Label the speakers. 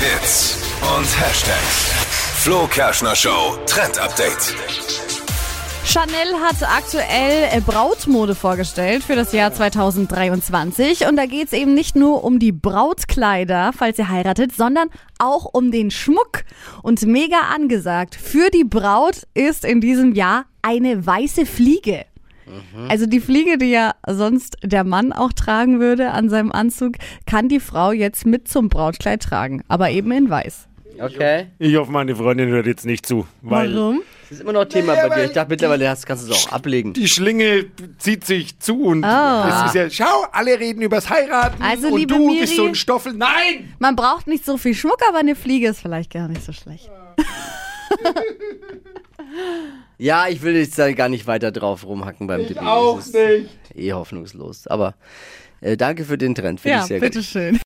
Speaker 1: Hits und Hashtags. Flo Kerschner Show Trend Update.
Speaker 2: Chanel hat aktuell äh, Brautmode vorgestellt für das Jahr 2023. Und da geht es eben nicht nur um die Brautkleider, falls ihr heiratet, sondern auch um den Schmuck. Und mega angesagt, für die Braut ist in diesem Jahr eine weiße Fliege. Also die Fliege, die ja sonst der Mann auch tragen würde an seinem Anzug, kann die Frau jetzt mit zum Brautkleid tragen, aber eben in weiß.
Speaker 3: Okay.
Speaker 4: Ich hoffe, meine Freundin hört jetzt nicht zu, weil
Speaker 2: Warum?
Speaker 3: Das ist immer noch Thema bei dir. Ich dachte, mittlerweile hast- kannst du es auch ablegen.
Speaker 4: die Schlinge zieht sich zu und
Speaker 2: Ah.
Speaker 4: es ist ja, schau, alle reden übers Heiraten
Speaker 2: Also,
Speaker 4: und
Speaker 2: liebe
Speaker 4: du
Speaker 2: Miri-
Speaker 4: bist so ein Stoffel. Nein!
Speaker 2: Man braucht nicht so viel Schmuck, aber eine Fliege ist vielleicht gar nicht so schlecht.
Speaker 3: Ja, ich will jetzt da gar nicht weiter drauf rumhacken beim Debüt. Das ist
Speaker 4: nicht.
Speaker 3: eh hoffnungslos. Aber äh, danke für den Trend. Finde
Speaker 2: Ja,
Speaker 3: ich sehr gut.
Speaker 2: bitteschön.